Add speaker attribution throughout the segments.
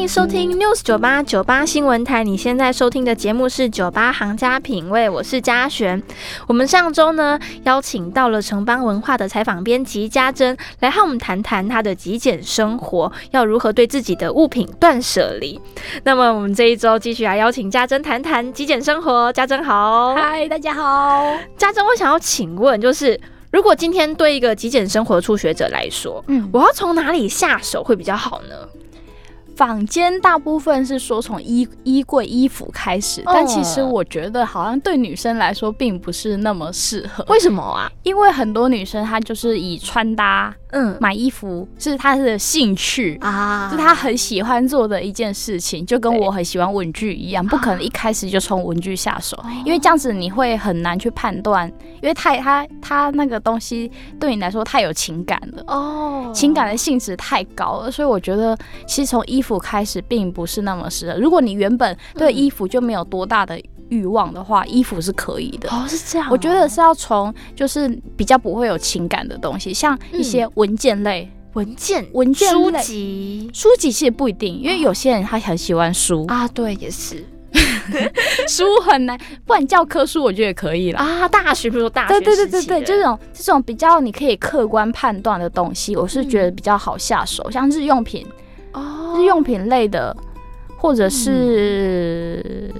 Speaker 1: 迎收听 News 九八九八新闻台。你现在收听的节目是《九八行家品味》，我是嘉璇。我们上周呢邀请到了城邦文化的采访编辑家珍来和我们谈谈她的极简生活，要如何对自己的物品断舍离。那么我们这一周继续来邀请家珍谈谈极简生活。家珍好，
Speaker 2: 嗨，大家好。
Speaker 1: 家珍，我想要请问，就是如果今天对一个极简生活的初学者来说，
Speaker 2: 嗯，
Speaker 1: 我要从哪里下手会比较好呢？
Speaker 2: 坊间大部分是说从衣衣柜衣服开始，但其实
Speaker 1: 哦
Speaker 2: 我觉得好像对女生来说并不是那么适合，
Speaker 1: 为什么啊？
Speaker 2: 因为很多女生她就是以穿搭、
Speaker 1: 嗯
Speaker 2: 买衣服是她的兴趣。
Speaker 1: 啊
Speaker 2: 是她很喜欢做的一件事情，就跟
Speaker 1: 对
Speaker 2: 我很喜欢文具一样，不可能一开始就从文具下手，因为这样子你会很难去判断，因为太它它那个东西对你来说太有情感了。
Speaker 1: 哦
Speaker 2: 情感的性质太高了，所以我觉得其实从衣服开始并不是那么适合。如果你原本对
Speaker 1: 嗯
Speaker 2: 衣服就没有多大的欲望的话，衣服是可以的。
Speaker 1: 哦是这样哦、
Speaker 2: 我觉得是要从就是比较不会有情感的东西，像一些文件类、
Speaker 1: 文件、
Speaker 2: 文件
Speaker 1: 嗯书
Speaker 2: 类
Speaker 1: 籍
Speaker 2: 书籍其实不一定，因为有些人他很喜欢书，
Speaker 1: 啊，对，也是
Speaker 2: 书很难，不然教科书我觉得也可以啦。
Speaker 1: 啊，大学比如说大学
Speaker 2: 对对对
Speaker 1: 时
Speaker 2: 对
Speaker 1: 期
Speaker 2: 对，
Speaker 1: 的
Speaker 2: 这种这种比较你可以客观判断的东西，我是
Speaker 1: 嗯
Speaker 2: 觉得比较好下手，像日用品
Speaker 1: 哦，
Speaker 2: 日用品类的，或者是、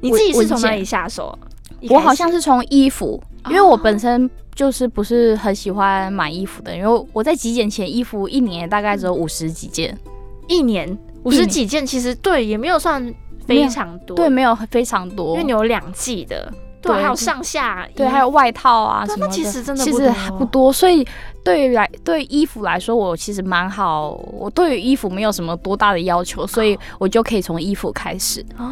Speaker 1: 你自己是
Speaker 2: 文
Speaker 1: 从哪
Speaker 2: 件
Speaker 1: 里下手啊？一
Speaker 2: 我
Speaker 1: 开
Speaker 2: 好
Speaker 1: 始
Speaker 2: 像是从衣服，因为我
Speaker 1: 哦
Speaker 2: 本身就是不是很喜欢买衣服的，因为我在极简前衣服一年大概
Speaker 1: 嗯
Speaker 2: 只有五十几件，
Speaker 1: 一年五
Speaker 2: 一
Speaker 1: 十
Speaker 2: 年
Speaker 1: 几件，其实对也没有算非常多，
Speaker 2: 对，，没有非常
Speaker 1: 因
Speaker 2: 多
Speaker 1: 为。你有两季的，对，啊
Speaker 2: 对
Speaker 1: 还有上下衣，
Speaker 2: 对，还有外套啊
Speaker 1: 对
Speaker 2: 什
Speaker 1: 那
Speaker 2: 么的，
Speaker 1: 其实真的
Speaker 2: 其
Speaker 1: 不
Speaker 2: 实还
Speaker 1: 多
Speaker 2: 不多，所以对于来对于衣服来说，我其实蛮好，我对于衣服没有什么多大的要求，所以我就可以从衣服开始。
Speaker 1: 哦，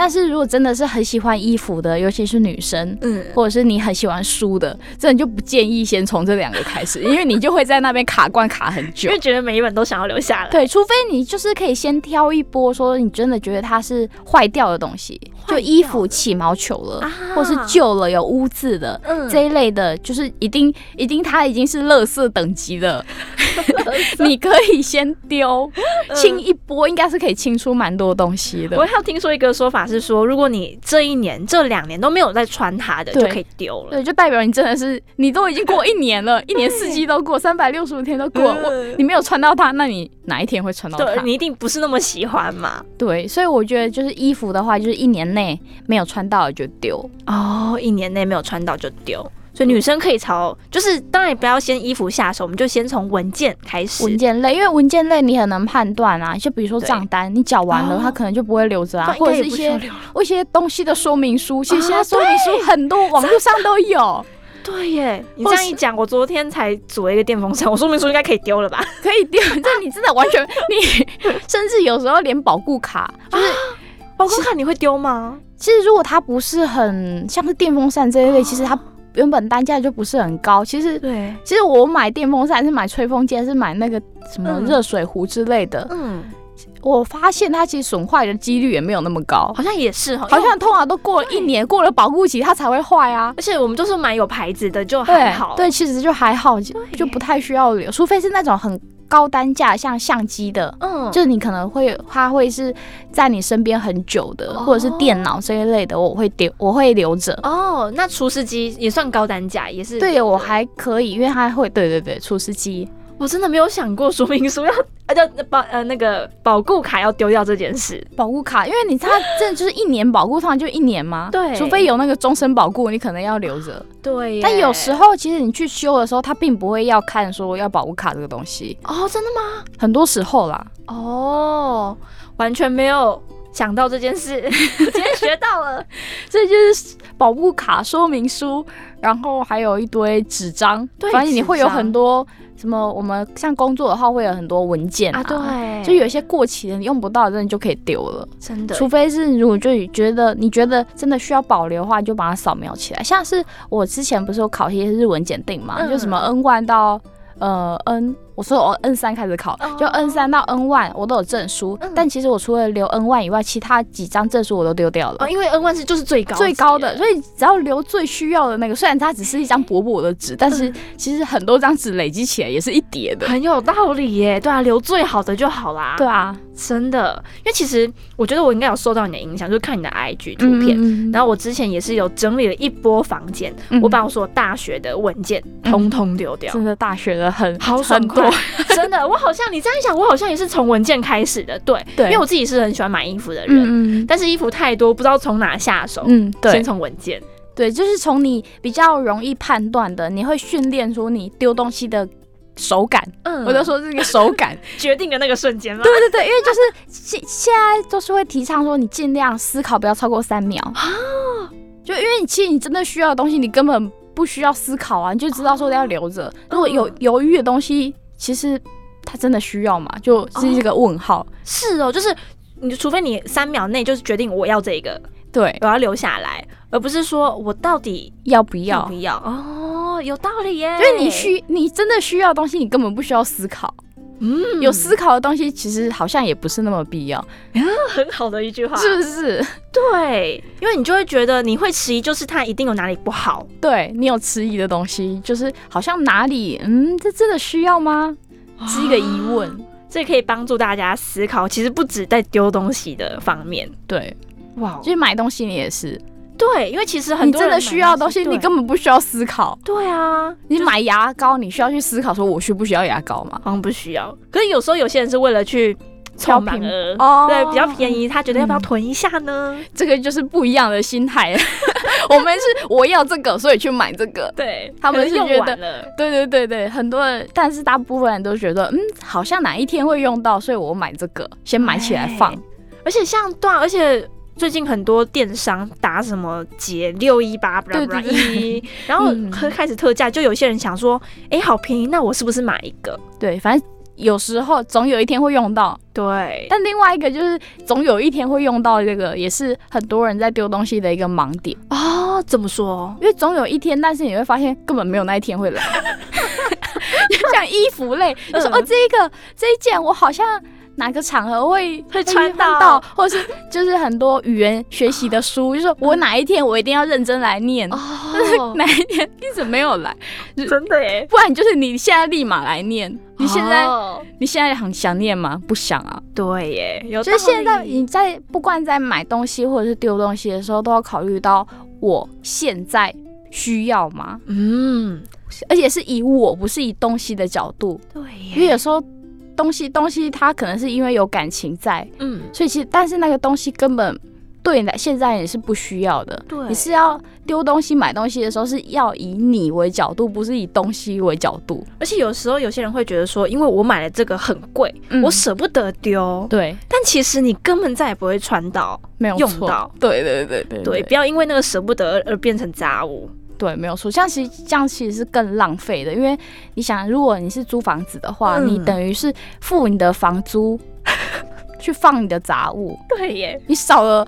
Speaker 2: 但是如果真的是很喜欢衣服的，尤其是女生，
Speaker 1: 嗯，
Speaker 2: 或者是你很喜欢书的，这你就不建议先从这两个开 始，因为你就会在那边卡关卡很久
Speaker 1: 因。为觉得每一本都想要留下来，
Speaker 2: 对，除非你就是可以先挑一波，说你真的觉得它是坏掉的东西，
Speaker 1: 坏掉
Speaker 2: 就
Speaker 1: 的
Speaker 2: 衣服起毛球了，
Speaker 1: 啊，
Speaker 2: 或是旧了有污渍的。
Speaker 1: 嗯
Speaker 2: 这一类的，就是一定一定，它已经是垃圾等级了， 你可以先丢，
Speaker 1: 嗯
Speaker 2: 清一波，应该是可以清出蛮多东西的
Speaker 1: 我。还有听说一个说法是说，如果你这一年、这两年都没有在穿它的，就
Speaker 2: 对
Speaker 1: 可以丢了。
Speaker 2: 对，就代表你真的是，你都已经过一年了，一年四季都过，三百六十五天都过，我
Speaker 1: 嗯
Speaker 2: 你没有穿到它，那你哪一天会穿到它
Speaker 1: 对？你一定不是那么喜欢嘛？
Speaker 2: 对，所以我觉得就是衣服的话，就是一年内没有穿到的就丢。
Speaker 1: 哦，一年内没有穿到就丢。所以女生可以朝，就是当然不要先衣服下手，我们就先从文件开始。
Speaker 2: 文件类，因为文件类你很难判断啊，就比如说
Speaker 1: 对
Speaker 2: 账单，你缴完了，
Speaker 1: 哦
Speaker 2: 它可能就不会留着啊，
Speaker 1: 不
Speaker 2: 或
Speaker 1: 然
Speaker 2: 者
Speaker 1: 应该
Speaker 2: 是
Speaker 1: 也
Speaker 2: 一
Speaker 1: 不需要
Speaker 2: 些
Speaker 1: 留了
Speaker 2: 或一些东西的说明书，其实现在
Speaker 1: 啊
Speaker 2: 说明书很多网络上都有，
Speaker 1: 对耶，你
Speaker 2: 或
Speaker 1: 这
Speaker 2: 是
Speaker 1: 样一讲，我昨天才组了一个电风扇，我说明书应该 可以丢了吧？
Speaker 2: 可以丢。但你真的完全，你甚至有时候连保固卡，就是
Speaker 1: 包括看你会丢吗？
Speaker 2: 其实如果它不是很像是电风扇这一类，其实
Speaker 1: 哦
Speaker 2: 它原本单价就不是很高。其实
Speaker 1: 对，
Speaker 2: 其实我买电风扇是买吹风机，还是买那个什么
Speaker 1: 嗯
Speaker 2: 热水壶之类的，
Speaker 1: 嗯，
Speaker 2: 我发现它其实损坏的几率也没有那么高。
Speaker 1: 好像也是哈，
Speaker 2: 好
Speaker 1: 因为
Speaker 2: 像通常都过了一年，过了保护期它才会坏啊。
Speaker 1: 而且我们都是买有牌子的，就还
Speaker 2: 对
Speaker 1: 好。，
Speaker 2: 对，其实就还好，就不太需要留，除非是那种很高单价，像相机的，
Speaker 1: 嗯，
Speaker 2: 就是你可能会它会是在你身边很久的，
Speaker 1: 哦
Speaker 2: 或者是电脑这一类的，我会丢，我会留着。
Speaker 1: 哦，那厨师机也算高单价，也是
Speaker 2: 对，我还可以，因为它会，对对对，除湿机。
Speaker 1: 我真的没有想过说明书要呃叫保呃那个保固卡要丢掉这件事。
Speaker 2: 保护卡，因为你它真的就是一年保护，通常就一年嘛。
Speaker 1: 对
Speaker 2: 除非有那个终身保护，你可能要留着。
Speaker 1: 对
Speaker 2: 但有时
Speaker 1: 候
Speaker 2: 候其实你去修的时候，它并不会要看说要保护卡这个东西，
Speaker 1: 哦，真的吗？
Speaker 2: 很多时候啦。
Speaker 1: 哦，完全没有想到这件事，今天学到 了。
Speaker 2: 这就是保护卡、说明书，然后还有一堆纸张。
Speaker 1: 对
Speaker 2: 反正你
Speaker 1: 纸
Speaker 2: 会有
Speaker 1: 张
Speaker 2: 很多什么，我们像工作的话会有很多文件
Speaker 1: 啊，对，
Speaker 2: 就有一些过期的，你用不到的，真的就可以丢了。
Speaker 1: 真的
Speaker 2: 除非是如果就你觉得你觉得真的需要保留的话，你就把它扫描起来。像是我之前不是有考一些日文检定嘛，
Speaker 1: 嗯
Speaker 2: 就什么 N 万到呃 N 我说我 N 三开始考
Speaker 1: 哦，
Speaker 2: 就 N 三到 N one 我都有证书
Speaker 1: 嗯，
Speaker 2: 但其实我除了留 N one 以外，其他几张证书我都丢掉了
Speaker 1: 哦，。因为 N 万是就是最高
Speaker 2: 最
Speaker 1: 级
Speaker 2: 高的，所以只要留最需要的那个，虽然它只是一张薄薄的纸，但
Speaker 1: 嗯
Speaker 2: 是其实很多张纸累积起来也是一叠的。
Speaker 1: 很有道理耶，对啊，留最好的就好啦。
Speaker 2: 对，啊，
Speaker 1: 真的，因为其实我觉得我应该有受到你的影响，就是看你的 IG 图片。
Speaker 2: 片
Speaker 1: 然后我之前也是有整理了一波房间，
Speaker 2: 嗯
Speaker 1: 我把我所有大学的文件
Speaker 2: 嗯
Speaker 1: 通通丢掉，
Speaker 2: 真的大学的很
Speaker 1: 好爽
Speaker 2: 很
Speaker 1: 快
Speaker 2: 多，
Speaker 1: 真的。我好像你这样一想，我好像也是从文件开始的，对，
Speaker 2: 对
Speaker 1: 因为我自己是很喜欢买衣服的人，
Speaker 2: 嗯嗯
Speaker 1: 但是衣服太多，不知道从哪下手，
Speaker 2: 嗯，
Speaker 1: 先
Speaker 2: 对
Speaker 1: 从文件。
Speaker 2: 对，就是从你比较容易判断的，你会训练出你丢东西的手感。
Speaker 1: 嗯
Speaker 2: 我就说这个手感，
Speaker 1: 决定的那个瞬间了。
Speaker 2: 对对对，因为 就是现现在就是会提倡说，你尽量思考不要超过三秒啊，就因为你其实你真的需要的东西，你根本不需要思考啊，你就知道说要留着。如果有犹豫的东西，其实它真的需要嘛，就是一个问号。
Speaker 1: 是哦，就是你除非你三秒内就是决定我要这个，
Speaker 2: 对，
Speaker 1: 我要留下来，而不是说我到底
Speaker 2: 要不要？
Speaker 1: 要不要。哦，有道理耶，
Speaker 2: 因为你需你真的需要的东西，你根本不需要思考。
Speaker 1: 嗯
Speaker 2: 有思考的东西，其实好像也不是那么必要，
Speaker 1: 很好的一句话，
Speaker 2: 是不是？
Speaker 1: 对，因为你就会觉得你会迟疑，就是它一定有哪里不好。
Speaker 2: 对你有迟疑的东西，就是好像哪里，嗯，这真的需要吗？
Speaker 1: 啊
Speaker 2: 是一个疑问。
Speaker 1: 这可以帮助大家思考，其实不止在丢东西的方面。
Speaker 2: 对，
Speaker 1: 哇哦
Speaker 2: 就是买东西你也是，
Speaker 1: 对，因为其实很
Speaker 2: 你
Speaker 1: 多人
Speaker 2: 真的需要
Speaker 1: 买
Speaker 2: 的东西，你
Speaker 1: 对
Speaker 2: 根本不需要思考。
Speaker 1: 对啊，
Speaker 2: 你买牙膏，你需要去思考说我需不需要牙膏吗？
Speaker 1: 好像不需要。可是有时候有些人是为了去
Speaker 2: 挑
Speaker 1: 凑满
Speaker 2: 便
Speaker 1: 额，
Speaker 2: 哦
Speaker 1: 对，比较便宜，他觉得要不要
Speaker 2: 嗯
Speaker 1: 囤一下呢？
Speaker 2: 这个就是不一样的心态。 我们是我要这个，所以去买这个。
Speaker 1: 对
Speaker 2: 他们
Speaker 1: 可能
Speaker 2: 是
Speaker 1: 用
Speaker 2: 觉
Speaker 1: 完
Speaker 2: 得
Speaker 1: 了。
Speaker 2: 对对对对，很多人，但是大部分人都觉得，嗯，好像哪一天会用到，所以我买这个，先买起来放
Speaker 1: 哎。而且像对、啊，而且最近很多电商打什么节六一八，
Speaker 2: 对对
Speaker 1: 一，然后
Speaker 2: 嗯
Speaker 1: 开始特价，就有些人想说，哎、好便宜，那我是不是买一个？
Speaker 2: 对，反正有时候总有一天会用到，
Speaker 1: 对，
Speaker 2: 但另外一个就是总有一天会用到这个，也是很多人在丢东西的一个盲点。
Speaker 1: 哦，怎么说？
Speaker 2: 因为总有一天，但是你会发现根本没有那一天 会来。就像衣服类，就说、
Speaker 1: 嗯
Speaker 2: 哦，这一个这一件我好像哪个场合会
Speaker 1: 会穿到
Speaker 2: 用到，或是就是很多语言学习的书，就是我哪一天我一定要认真来念，
Speaker 1: 哦
Speaker 2: 哪一天一直没有来，
Speaker 1: 真的耶！
Speaker 2: 不然就是你现在立马来念，你现在、
Speaker 1: 哦
Speaker 2: 你现在很想念吗？不想啊，
Speaker 1: 对耶，有
Speaker 2: 就是现在
Speaker 1: 道理
Speaker 2: 你在不管在买东西或者是丢东西的时候，都要考虑到我现在需要吗？
Speaker 1: 嗯，
Speaker 2: 而且是以我不是以东西的角度，
Speaker 1: 对
Speaker 2: 因为
Speaker 1: 耶，
Speaker 2: 有时候东西东西它可能是因为有感情在，
Speaker 1: 嗯，
Speaker 2: 所以其实但是那个东西根本对你来现在也是不需要的。
Speaker 1: 对
Speaker 2: 你是要丢东西、买东西的时候是要以你为角度，不是以东西为角度。
Speaker 1: 而且有时候有些人会觉得说，因为我买了这个很贵，
Speaker 2: 嗯
Speaker 1: 我舍不得丢，
Speaker 2: 对，
Speaker 1: 但其实你根本再也不会穿到。
Speaker 2: 没有
Speaker 1: 用
Speaker 2: 错
Speaker 1: 到。
Speaker 2: 对对对对
Speaker 1: 对，不要因为那个舍不得而变成杂物。
Speaker 2: 对，没有错。像其实这样其实是更浪费的，因为你想，如果你是租房子的话，
Speaker 1: 嗯
Speaker 2: 你等于是付你的房 租去放你的杂物。
Speaker 1: 对耶，
Speaker 2: 你少了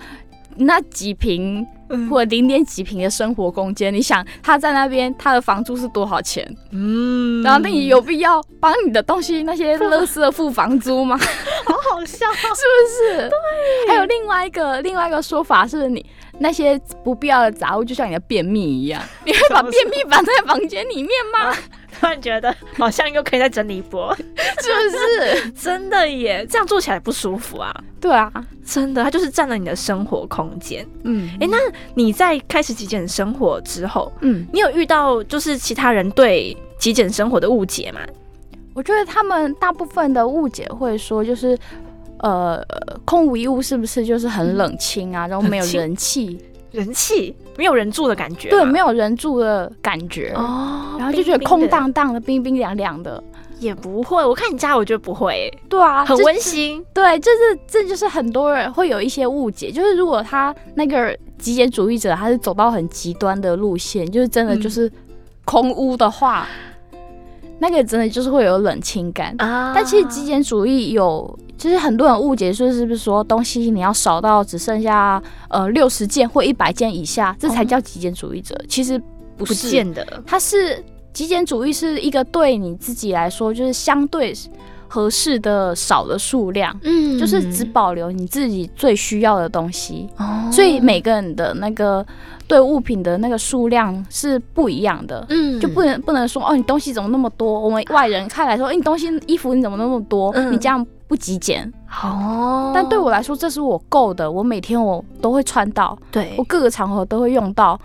Speaker 2: 那几平
Speaker 1: 嗯
Speaker 2: 或零点几平的生活空间，你想他在那边他的房租是多少钱？
Speaker 1: 嗯
Speaker 2: 然后那你有必要帮你的东西那些垃圾付房租吗？
Speaker 1: 好好笑，
Speaker 2: 是不是？对。还有另外一个另外一个说法是你。那些不必要的杂物，就像你的便秘一 样，你会把
Speaker 1: 怎么说
Speaker 2: 便秘绑在房间里面吗？
Speaker 1: 突然觉得好像又可以再整理一波，
Speaker 2: 是不是？
Speaker 1: 真的耶，这样做起来不舒服啊。
Speaker 2: 对啊，
Speaker 1: 真的，它就是占了你的生活空间。
Speaker 2: 嗯，
Speaker 1: 诶那你在开始极简生活之后，
Speaker 2: 嗯，
Speaker 1: 你有遇到就是其他人对极简生活的误解吗？
Speaker 2: 我觉得他们大部分的误解会说，就是呃，空无一物是不是就是很冷清啊，然后没
Speaker 1: 嗯
Speaker 2: 有
Speaker 1: 冷清
Speaker 2: 人气，
Speaker 1: 人气没有人住的感觉吗，
Speaker 2: 对，没有人住的感觉，
Speaker 1: 哦，
Speaker 2: 然后就觉得
Speaker 1: 冰冰的
Speaker 2: 空荡荡的、冰冰凉凉的。
Speaker 1: 也不会。我看你家，我觉得不会耶，
Speaker 2: 对啊，
Speaker 1: 很
Speaker 2: 这
Speaker 1: 温。馨。
Speaker 2: 对，这是这就是很多人会有一些误解，就是如果他那个极简主义者，他是走到很极端的路线，就是真的
Speaker 1: 嗯
Speaker 2: 就是空屋的话，那个真的就是会有冷清感。
Speaker 1: 啊
Speaker 2: 但其实极简主义有，就是很多人误解说是不是说东西你要少到只剩下呃六十件或一百件以下，这才叫极简主义者。其实
Speaker 1: 哦
Speaker 2: 不
Speaker 1: 不
Speaker 2: 是，
Speaker 1: 见得
Speaker 2: 它是极简主义是一个对你自己来说就是相对合适的少的数量，
Speaker 1: 嗯
Speaker 2: 就是只保留你自己最需要的东西。
Speaker 1: 哦
Speaker 2: 所以每个人的那个对物品的那个数量是不一样的，
Speaker 1: 嗯
Speaker 2: 就不能不能说哦，你东西怎么那么多？我们外人看来说，哎、你东西衣服你怎么那么多？
Speaker 1: 嗯
Speaker 2: 你这样不极简。
Speaker 1: 哦，
Speaker 2: 但对我来说，这是我够的，我每天我都会穿到，
Speaker 1: 对
Speaker 2: 我，各个场合都会用到，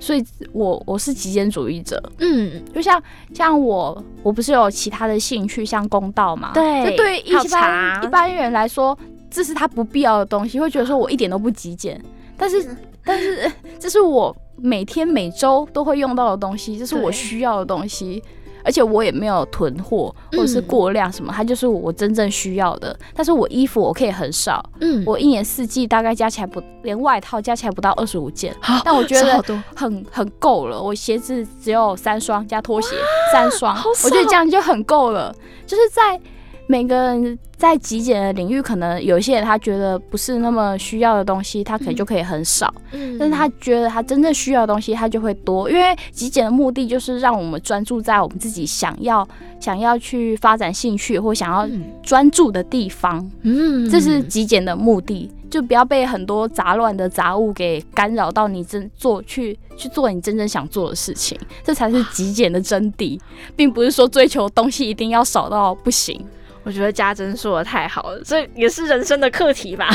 Speaker 2: 所以我我是极简主义者。
Speaker 1: 嗯，
Speaker 2: 就像像我，我不是有其他的兴趣，像公道嘛，
Speaker 1: 对
Speaker 2: 就对于
Speaker 1: 还有
Speaker 2: 一般
Speaker 1: 茶
Speaker 2: 一般人来说，这是他不必要的东西，会觉得说我一点都不极简，但是、
Speaker 1: 嗯
Speaker 2: 但是 这是我每天每周都会用到的东西，这是我
Speaker 1: 对
Speaker 2: 需要的东西。而且我也没有囤货或者是
Speaker 1: 嗯
Speaker 2: 过量什么，它就是我真正需要的。但是我衣服我可以很少，
Speaker 1: 嗯，
Speaker 2: 我一年四季大概加起来不连外套加起来不到二十五件，
Speaker 1: 好
Speaker 2: 但我觉
Speaker 1: 是
Speaker 2: 得
Speaker 1: 好多，
Speaker 2: 很很够了。我鞋子只有三双加拖鞋三双，
Speaker 1: 好哦
Speaker 2: 我觉得
Speaker 1: 少
Speaker 2: 这样就很够了。就是在每个人在极简的领域，可能有一些人他觉得不是那么需要的东西，他可能
Speaker 1: 嗯
Speaker 2: 就可以很少；
Speaker 1: 嗯
Speaker 2: 但是他觉得他真正需要的东西，他就会多。因为极简的目的就是让我们专注在我们自己想要想要去发展兴趣或想要
Speaker 1: 嗯
Speaker 2: 专注的地方。
Speaker 1: 嗯
Speaker 2: 这是极简的目的，就不要被很多杂乱的杂物给干扰到你真做去去做你真正想做的事情，这才是
Speaker 1: 啊
Speaker 2: 极简的真谛，并不是说追求东西一定要少到不行。
Speaker 1: 我觉得家珍说的太好了，这也是人生的课题吧。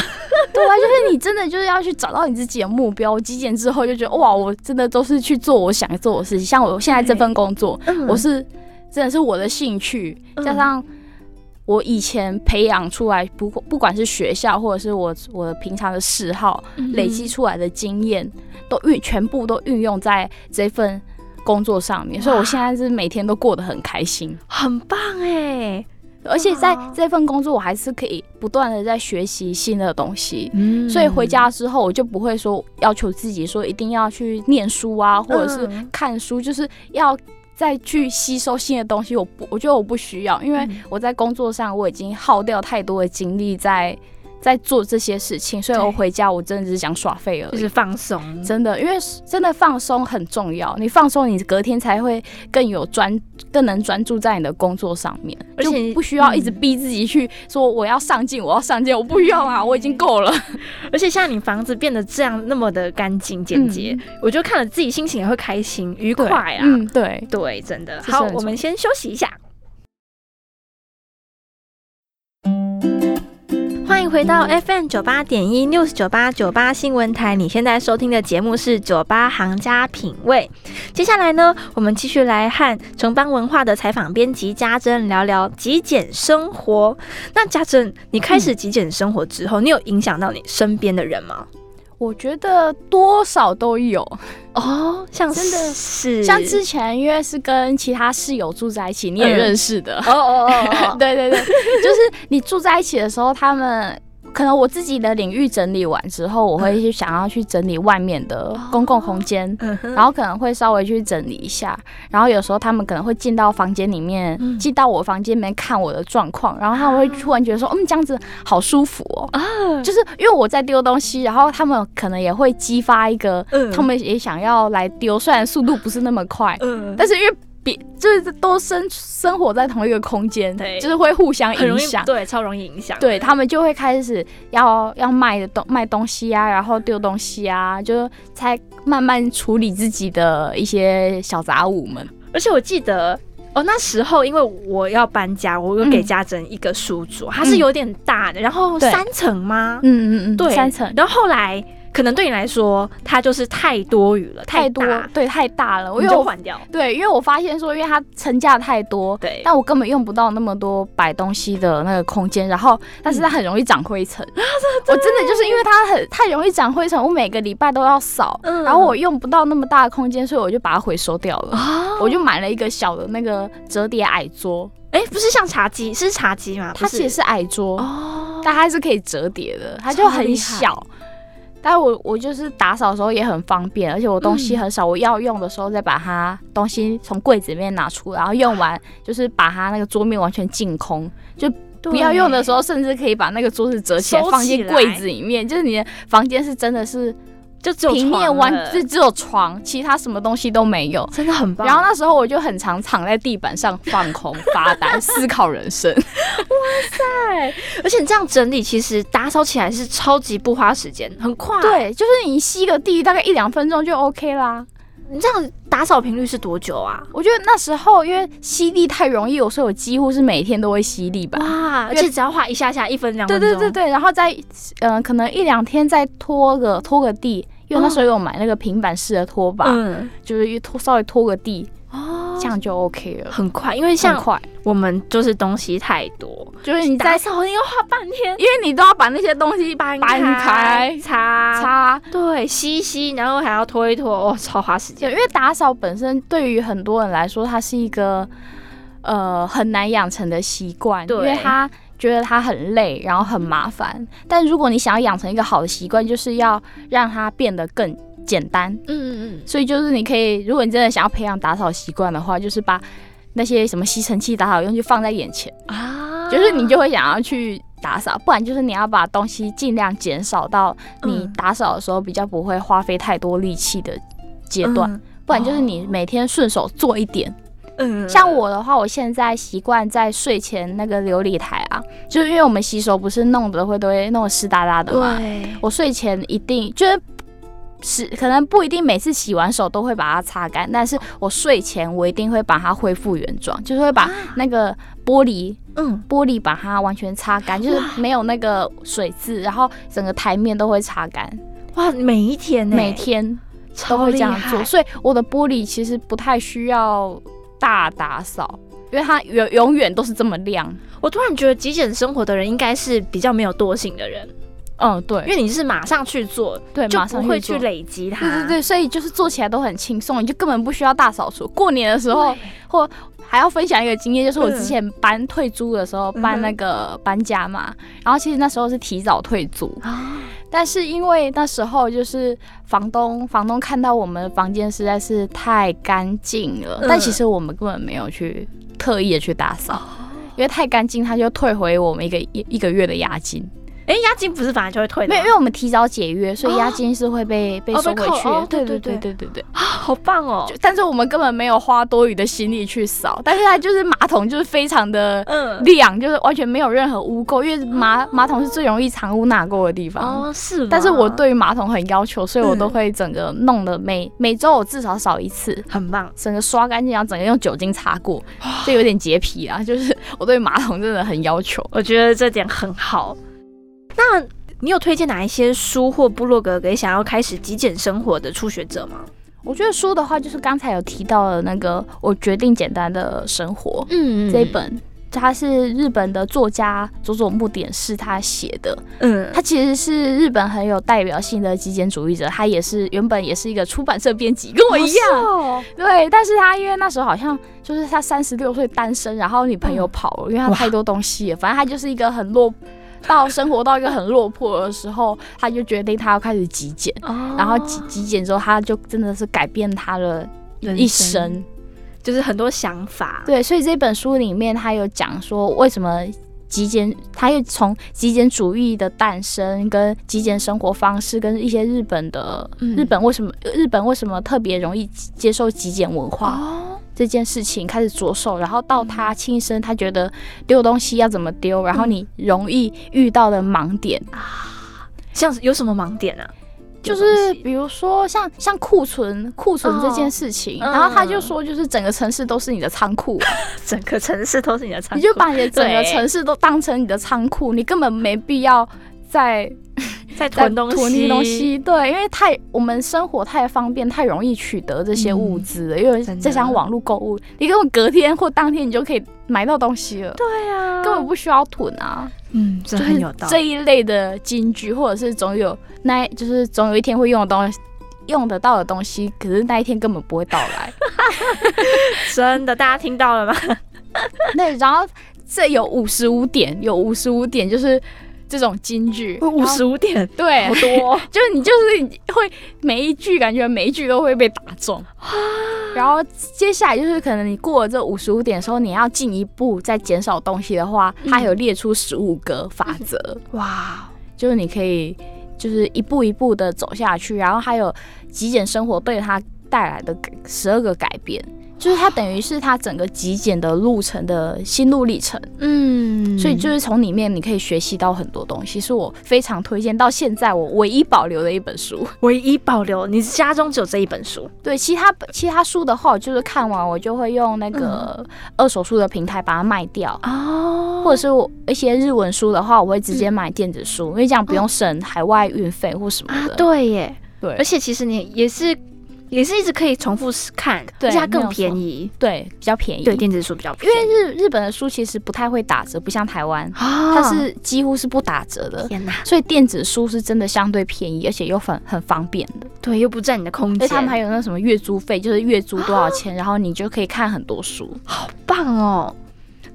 Speaker 2: 对啊，就是你真的就是要去找到你自己的目标。极简之后就觉得哇，我真的都是去做我想做的事情，像我现在这份工作，我是真的是我的兴趣，
Speaker 1: 嗯
Speaker 2: 加上我以前培养出来，不不管是学校或者是我我的平常的嗜好，
Speaker 1: 嗯
Speaker 2: 累积出来的经验，都运全部都运用在这份工作上面，所以我现在是每天都过得很开心，
Speaker 1: 很棒哎，
Speaker 2: 而且在
Speaker 1: 哇
Speaker 2: 这份工作我还是可以不断的在学习新的东西。
Speaker 1: 嗯
Speaker 2: 所以回家之后，我就不会说要求自己说一定要去念书啊，或者是
Speaker 1: 嗯
Speaker 2: 看书，就是要再去吸收新的东西。我不，我觉得我不需要，因为
Speaker 1: 嗯
Speaker 2: 我在工作上我已经耗掉太多的精力在在做这些事情，所以
Speaker 1: 对
Speaker 2: 我回家我真的只是想耍废而
Speaker 1: 就
Speaker 2: 已
Speaker 1: 是。放松，
Speaker 2: 真的，因为真的放松很重要。你放松，你隔天才会更有专，更能专注在你的工作上面，
Speaker 1: 而且
Speaker 2: 就不需要一直
Speaker 1: 嗯
Speaker 2: 逼自己去说我要上进，我要上进，我不用啊，我已经够了。
Speaker 1: 而且像你房子变得这样那么的干净 简洁，我就看了自己心情也会开心愉
Speaker 2: 嗯对
Speaker 1: 快啊。
Speaker 2: 嗯，对。
Speaker 1: 对，真的。
Speaker 2: 这是
Speaker 1: 好，
Speaker 2: 很
Speaker 1: 我
Speaker 2: 重
Speaker 1: 们
Speaker 2: 要
Speaker 1: 先休息一下。欢迎回到 FM 九八点一 News 九八九八新闻台，你现在收听的节目是《酒吧行家品味》。接下来呢，我们继续来和城邦文化的采访编辑家珍聊聊极简生活。那家珍，你开始极简生活之后，你有影响到你身边的人吗？
Speaker 2: 我觉得多少都有，
Speaker 1: 哦，像
Speaker 2: 真的
Speaker 1: 是
Speaker 2: 像之前因为是跟其他室友住在一起，你也
Speaker 1: 嗯
Speaker 2: 认识的，
Speaker 1: 哦哦哦 哦
Speaker 2: 对对对，就是你住在一起的时候，他们可能我自己的领域整理完之后，我会去想要去整理外面的公共空间，
Speaker 1: 嗯哼
Speaker 2: 然后可能会稍微去整理一下，然后有时候他们可能会进到房间里面，
Speaker 1: 嗯
Speaker 2: 进到我房间里面看我的状况，然后他们会突然觉得
Speaker 1: 啊
Speaker 2: 说，嗯，这样子好舒服哦，就是因为我在丢东西，然后他们可能也会激发一个，
Speaker 1: 嗯
Speaker 2: 他们也想要来丢，虽然速度不是那么快，
Speaker 1: 嗯
Speaker 2: 但是因为别就是都生生活在同一个空间，
Speaker 1: 对
Speaker 2: 就是会互相
Speaker 1: 很
Speaker 2: 影
Speaker 1: 容易
Speaker 2: 响。
Speaker 1: 对，超容易影响。
Speaker 2: 对他们就会开始要要卖的东卖东西啊，然后丢东西啊，就才慢慢处理自己的一些小杂物们。
Speaker 1: 而且我记得。哦，那时候因为我要搬家，我有给家珍一个书桌，它是有点大的，然后
Speaker 2: 嗯对
Speaker 1: 三层吗？
Speaker 2: 嗯嗯嗯，
Speaker 1: 对，
Speaker 2: 三层
Speaker 1: 然后后来可能对你来说，它就是太多余了，
Speaker 2: 太多
Speaker 1: 大，
Speaker 2: 对太大了，
Speaker 1: 我
Speaker 2: 因为
Speaker 1: 就
Speaker 2: 我
Speaker 1: 换掉。
Speaker 2: 对，因为我发现说，因为它层架太多，
Speaker 1: 对，
Speaker 2: 但我根本用不到那么多摆东西的那个空间，然后但是它很容易长灰 尘。我啊真的就是因为它很太容易长灰尘，我每个礼拜都要扫，
Speaker 1: 嗯
Speaker 2: 然后我用不到那么大的空间，所以我就把它回收掉了。
Speaker 1: 哦，
Speaker 2: 我就买了一个小的那个折叠矮桌，
Speaker 1: 哎，不是像茶几，是茶几吗？
Speaker 2: 它
Speaker 1: 不是
Speaker 2: 其实是矮桌，
Speaker 1: 哦，
Speaker 2: 但它是可以折叠的，它就很小。但我我就是打扫的时候也很方便，而且我东西
Speaker 1: 嗯
Speaker 2: 很少，我要用的时候再把它东西从柜子里面拿出，然后用完就是把它那个桌面完全净空，
Speaker 1: 对
Speaker 2: 不要用的时候，甚至可以把那个桌子折起来
Speaker 1: 收起来
Speaker 2: 放进柜子里面，就是你的房间是真的是就
Speaker 1: 只有
Speaker 2: 平面
Speaker 1: 床
Speaker 2: 完
Speaker 1: 了
Speaker 2: 就只有床，其他什么东西都没有。
Speaker 1: 真的很棒。
Speaker 2: 然后那时候我就很常躺在地板上放空发 呆，思考人生。
Speaker 1: 而且你这样整理，其实打扫起来是超级不花时间，很快。，
Speaker 2: 对，就是你吸个地，大概一两分钟就 OK 啦。
Speaker 1: 你这样打扫频率是多久啊？
Speaker 2: 我觉得那时候因为吸地太容易，所以我几乎是每天都会吸地吧。
Speaker 1: 哇，而
Speaker 2: 因为
Speaker 1: 且只要花一下下，一分两
Speaker 2: 对
Speaker 1: 分
Speaker 2: 对
Speaker 1: 钟。
Speaker 2: 对对，然后再嗯、呃可能一两天再拖个拖个地，因为那时候有买那个平板式的拖把，
Speaker 1: 嗯，
Speaker 2: 就是一拖稍微拖个地，
Speaker 1: 哦，
Speaker 2: 这
Speaker 1: 这样
Speaker 2: 样就 OK 了。
Speaker 1: 很快，因为
Speaker 2: 很
Speaker 1: 像
Speaker 2: 快，
Speaker 1: 我们就是东西太多，
Speaker 2: 就是你
Speaker 1: 打
Speaker 2: 在，
Speaker 1: 扫你要花半天，
Speaker 2: 因为你都要把那些东西搬开、
Speaker 1: 擦
Speaker 2: 擦。
Speaker 1: 对，吸吸，然后还要拖一拖，哦，超花时
Speaker 2: 对，
Speaker 1: 间。
Speaker 2: 因为打扫本身对于很多人来说，它是一个呃很难养成的习惯，
Speaker 1: 对
Speaker 2: 因为他觉得它很累，然后很麻烦。但如果你想要养成一个好的习惯，就是要让它变得更简单。
Speaker 1: 嗯嗯
Speaker 2: 所以就是你可以，如果你真的想要培养打扫习惯的话，就是把那些什么吸尘器、打扫用具放在眼前，
Speaker 1: 嗯啊
Speaker 2: 就是你就会想要去打扫。不然就是你要把东西尽量减少到你
Speaker 1: 嗯
Speaker 2: 打扫的时候比较不会花费太多力气的阶段。
Speaker 1: 嗯
Speaker 2: 不然就是你每天顺手做一点。
Speaker 1: 嗯
Speaker 2: 像我的话，我现在习惯在睡前那个琉璃台啊，就是因为我们洗手不是弄的会都会弄得湿哒哒的嘛。
Speaker 1: 对，
Speaker 2: 我睡前一定就是是可能不一定每次洗完手都会把它擦干，但是我睡前我一定会把它恢复原状，就是会把那个玻璃。
Speaker 1: 嗯
Speaker 2: 玻璃把它完全擦干，就是
Speaker 1: 哇
Speaker 2: 没有那个水渍，然后整个台面都会擦干，
Speaker 1: 哇，每一天呢，
Speaker 2: 每天都
Speaker 1: 超
Speaker 2: 会这
Speaker 1: 厉
Speaker 2: 样
Speaker 1: 害
Speaker 2: 做，所以我的玻璃其实不太需要大打扫，因为它永永远都是这么亮。
Speaker 1: 我突然觉得极简生活的人应该是比较没有惰性的人，
Speaker 2: 嗯，对，因
Speaker 1: 因为你是马上去做，
Speaker 2: 对，
Speaker 1: 就
Speaker 2: 马上
Speaker 1: 不会
Speaker 2: 做
Speaker 1: 去。累积它。
Speaker 2: 对对对，所以就是做起来都很轻松，你就根本不需要大扫除。过年的时
Speaker 1: 对，
Speaker 2: 候或还要分享一个经验，就是我
Speaker 1: 嗯
Speaker 2: 之前搬退租的时候
Speaker 1: 嗯
Speaker 2: 搬
Speaker 1: 哼
Speaker 2: 那个搬家嘛，然后其实那时候是提早退租，
Speaker 1: 啊，
Speaker 2: 但是因为那时候就是房东，房东看到我们房间实在是太干净了，
Speaker 1: 嗯哦
Speaker 2: 但其实我们根本没有去特意的去打扫，因为太干净，他就退回我们一个一一个月的押金。
Speaker 1: 哎，押金不是本来就会退的
Speaker 2: 没有，
Speaker 1: 吗，
Speaker 2: 因为我们提早解约，所以押金是会被、被
Speaker 1: 哦
Speaker 2: 收
Speaker 1: 被
Speaker 2: 回
Speaker 1: 扣
Speaker 2: 去的。
Speaker 1: 哦
Speaker 2: 对
Speaker 1: 对
Speaker 2: 对
Speaker 1: 对
Speaker 2: 对对对。
Speaker 1: 啊，好棒哦
Speaker 2: 就。但是我们根本没有花多余的心力去扫，但是它就是马桶就是非常的
Speaker 1: 嗯，
Speaker 2: 亮，就是完全没有任何污垢，因为马马桶是最容易藏污纳垢的地方。
Speaker 1: 哦是吗，
Speaker 2: 但是我对于马桶很要求，所以我
Speaker 1: 嗯
Speaker 2: 都会整个弄的每每周我至少扫一次，
Speaker 1: 很棒，
Speaker 2: 整个刷干净，然后整个用酒精擦过，就有点洁癖啊。就是 我对马桶真的很要求。
Speaker 1: 我觉得这点很好。那你有推荐哪一些书或部落格给想要开始极简生活的初学者吗？
Speaker 2: 我觉得书的话，就是刚才有提到的那个《我决定简单的生活》
Speaker 1: 嗯
Speaker 2: 这一，本。它是日本的作家佐佐木典士他写的，
Speaker 1: 嗯，
Speaker 2: 他其实是日本很有代表性的极简主义者，他也是原本也是一个出版社编辑，跟我
Speaker 1: 哦
Speaker 2: 一样，
Speaker 1: 样，
Speaker 2: 对，但是他因为那时候好像就是他三十六岁单身，然后女朋友跑了，因为他
Speaker 1: 哇
Speaker 2: 太多东西了，反正他就是一个很落，到生活到一个很落魄的时候，他就决定他要开始极简，然
Speaker 1: 哦然
Speaker 2: 后极极简之后，他就真的是改变他的一生。
Speaker 1: 哦就是很多想法，
Speaker 2: 对，所以这本书里面他有讲说为什么。极简，他又从极简主义的诞生、跟极简生活方式，跟一些日本的、
Speaker 1: 嗯
Speaker 2: 日本为什么日本为什么特别容易接受极简文化？
Speaker 1: 哦，
Speaker 2: 这件事情开始着手，然后到他亲身，他觉得丢东西要怎么丢，然后你容易遇到的盲点，
Speaker 1: 像是有什么盲点啊？
Speaker 2: 就是比如说像像库存库存这件事情，
Speaker 1: 哦
Speaker 2: 然后他
Speaker 1: 嗯
Speaker 2: 就说就是整个城市都是你的仓库，
Speaker 1: 整个城市都是你的仓
Speaker 2: 你就把你的整个
Speaker 1: 对
Speaker 2: 城市都当成你的仓库，你根本没必要再
Speaker 1: 在
Speaker 2: 再
Speaker 1: 囤东西，
Speaker 2: 囤东，西，对，因为太我们生活太方便，太容易取得这些物资了，因为
Speaker 1: 真的
Speaker 2: 再加上网络购物，你根本隔天或当天你就可以买到东西了。
Speaker 1: 对啊，
Speaker 2: 根本不需要囤啊，
Speaker 1: 嗯，这
Speaker 2: 就是
Speaker 1: 很有道
Speaker 2: 这
Speaker 1: 理，
Speaker 2: 一类的金句，或者是总有那，就是总有一天会用的东西，用得到的东西，可是那一天根本不会 到来。
Speaker 1: 真的，大家听到了吗？
Speaker 2: 对，然后这有五十五点，有五十五点就是这种金句，
Speaker 1: 五十五点，
Speaker 2: 对
Speaker 1: 好，多哦，
Speaker 2: 就是你就是会每一句感觉每一句都会被打中。
Speaker 1: 啊
Speaker 2: 然后接下来就是可能你过了这五十五点的时候，你要进一步再减少
Speaker 1: 嗯
Speaker 2: 东西的话，它还有列出十五个法则。
Speaker 1: 哇，
Speaker 2: 就是你可以就是一步一步的走下去，然后还有极简生活被它带来的十二个改变，就是它等于是它整个极简的路程的心路历程。
Speaker 1: 嗯，
Speaker 2: 所以就是从里面你可以学习到很多东西，是我非常推荐到现在我唯一保留的一本书。
Speaker 1: 唯一保留，你家中只有这一本书，
Speaker 2: 对，其他本其他书的话，我就是看完我就会用那
Speaker 1: 嗯
Speaker 2: 个二手书的平台把它卖掉，
Speaker 1: 哦
Speaker 2: 或者是我一些日文书的话，我会直
Speaker 1: 嗯
Speaker 2: 接买电子书，因为这样不用省海外运费或什
Speaker 1: 啊
Speaker 2: 么，的。
Speaker 1: 对耶，
Speaker 2: 对
Speaker 1: 而且其实你也是也是一直可以重复看，
Speaker 2: 对
Speaker 1: 而且它更
Speaker 2: 没有错
Speaker 1: 便宜，
Speaker 2: 对，比较便宜。
Speaker 1: 对，电子书比较
Speaker 2: 因
Speaker 1: 便宜，
Speaker 2: 为日日本的书其实不太会打折，不像台湾，
Speaker 1: 啊
Speaker 2: 它是几乎是不打折的。
Speaker 1: 天哪，
Speaker 2: 所以电子书是真的相对便宜，而且又很很方便的。
Speaker 1: 对，又不占你的空
Speaker 2: 而且
Speaker 1: 间，
Speaker 2: 他们还有那什么月租费，就是月租多少钱，然后你就可以看很多书。
Speaker 1: 棒哦。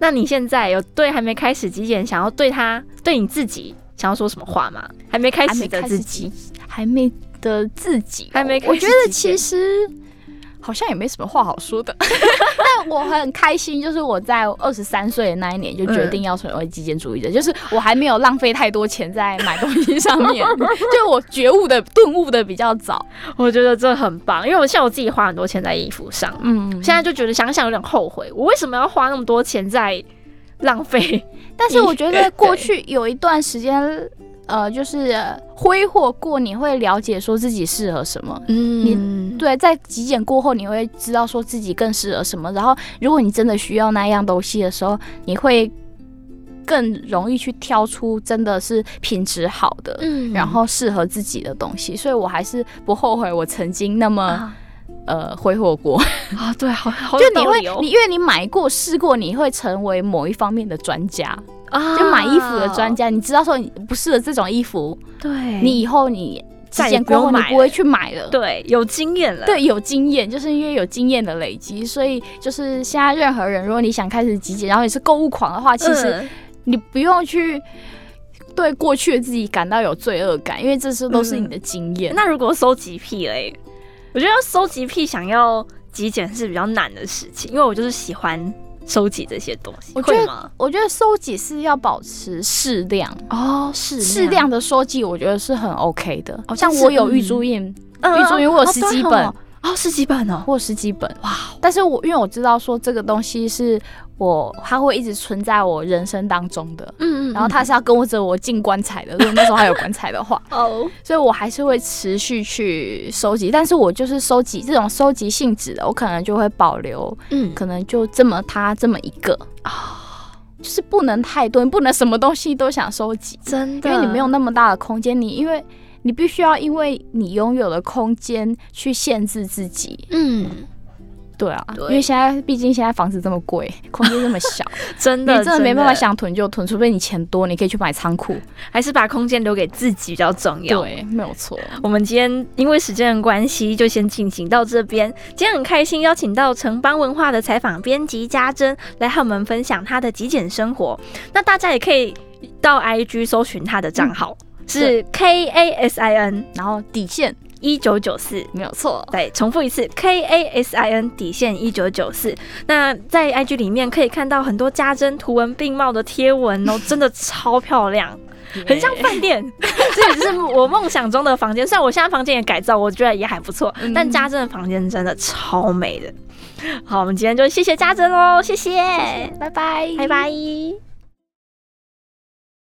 Speaker 1: 那你现在有对还没开始极简，想要对他对你自己想要说什么话吗？还没开
Speaker 2: 还
Speaker 1: 始
Speaker 2: 没
Speaker 1: 的
Speaker 2: 开
Speaker 1: 自
Speaker 2: 始
Speaker 1: 己
Speaker 2: 己，还没的自己哦，
Speaker 1: 还没开始
Speaker 2: 我觉得
Speaker 1: 极简
Speaker 2: 其实好像也没什么话好说 的，但我很开心，就是我在二十三岁的那一年就决定要成为极简主义者，就是我还没有浪费太多钱在买东西上 面，就我觉悟的顿悟的比较早。
Speaker 1: 我觉得这很棒，因为我像我自己花很多钱在衣服上，
Speaker 2: 嗯，
Speaker 1: 现在就觉得想想有点后悔，我为什么要花那么多钱在浪费？
Speaker 2: 但是我觉得过去有一段时间，呃，就是挥霍过，你会了解说自己适合什么。
Speaker 1: 嗯，
Speaker 2: 对，在极简过后，你会知道说自己更适合什么。然后，如果你真的需要那样东西的时候，你会更容易去挑出真的是品质好的，
Speaker 1: 嗯
Speaker 2: 然后适合自己的东西。所以我还是不后悔我曾经那么、
Speaker 1: 啊
Speaker 2: 呃挥霍过。
Speaker 1: 啊，对，好好
Speaker 2: 就
Speaker 1: 有
Speaker 2: 你
Speaker 1: 道
Speaker 2: 会
Speaker 1: 理哦，
Speaker 2: 你因为你买过试过，你会成为某一方面的专家。
Speaker 1: 啊
Speaker 2: 就买衣服的专，家，你知道说你不适合这种衣服，
Speaker 1: 对，
Speaker 2: 你以后你
Speaker 1: 再
Speaker 2: 之
Speaker 1: 也
Speaker 2: 前
Speaker 1: 不用
Speaker 2: 过后你
Speaker 1: 买
Speaker 2: 不会去买了。
Speaker 1: 对有经验了，
Speaker 2: 对，有经验，就是因为有经验的累积，所以就是现在任何人，如果你想开始极简，然后你是购物狂的话，其实
Speaker 1: 嗯
Speaker 2: 你不用去对过去的自己感到有罪恶感，因为这是都
Speaker 1: 嗯
Speaker 2: 是你的经验。
Speaker 1: 那如果收集癖嘞，我觉得要收集癖想要极简是比较难的事情，因为我就是喜欢收集这些东西，
Speaker 2: 我觉得
Speaker 1: 会吗？
Speaker 2: 我觉得收集是要保持适量，
Speaker 1: 哦，是
Speaker 2: 适量的收集，我觉得是很 OK 的。
Speaker 1: 哦
Speaker 2: 像
Speaker 1: 就是
Speaker 2: 我有
Speaker 1: 嗯
Speaker 2: 玉珠印，
Speaker 1: 嗯
Speaker 2: 玉珠因为我有十几本
Speaker 1: 哦对哦，十几本哦，
Speaker 2: 或十几本，哇！但是我因为我知道说这个东西是我，它会一直存在我人生当中的，
Speaker 1: 嗯
Speaker 2: 然后它是要跟着我进棺材的。如果那时候还有棺材的话，
Speaker 1: 哦，
Speaker 2: 所以我还是会持续去收集。但是我就是收集这种收集性质的，我可能就会保留，
Speaker 1: 嗯，
Speaker 2: 可能就这么它这么一个啊。就是不能太多，你不能什么东西都想收集，
Speaker 1: 真
Speaker 2: 因为你没有那么大的空间，你因为你必须要因为你拥有的空间去限制自己，
Speaker 1: 嗯，
Speaker 2: 对啊，
Speaker 1: 对
Speaker 2: 因为现在毕竟现在房子这么 贵，空间这么小，
Speaker 1: 真
Speaker 2: 你
Speaker 1: 的
Speaker 2: 真的没办法，想囤就囤，除非你钱多，你可以去买仓库。
Speaker 1: 还是把空间留给自己比较重要。
Speaker 2: 对，没有错。
Speaker 1: 我们今天因为时间的关系，就先进行到这边。今天很开心邀请到城邦文化的采访编辑家珍来和我们分享她的极简生活。那大家也可以到 IG 搜寻她的账号、
Speaker 2: 嗯
Speaker 1: 是 K A S I N
Speaker 2: 然后底线
Speaker 1: 一九九四。
Speaker 2: 没有错，
Speaker 1: 对，重复一次，K A S I N 底线一九九四。那在 IG 里面可以看到很多家珍图文并茂的贴文哦，真的超漂亮。很像饭 店，这也是我梦想中的房间。虽然我现在房间也改造，我觉得也还不错，
Speaker 2: 嗯
Speaker 1: 但家珍的房间真的超美的。好，我们今天就谢谢家珍喽，谢谢，
Speaker 2: 拜拜，
Speaker 1: 拜拜。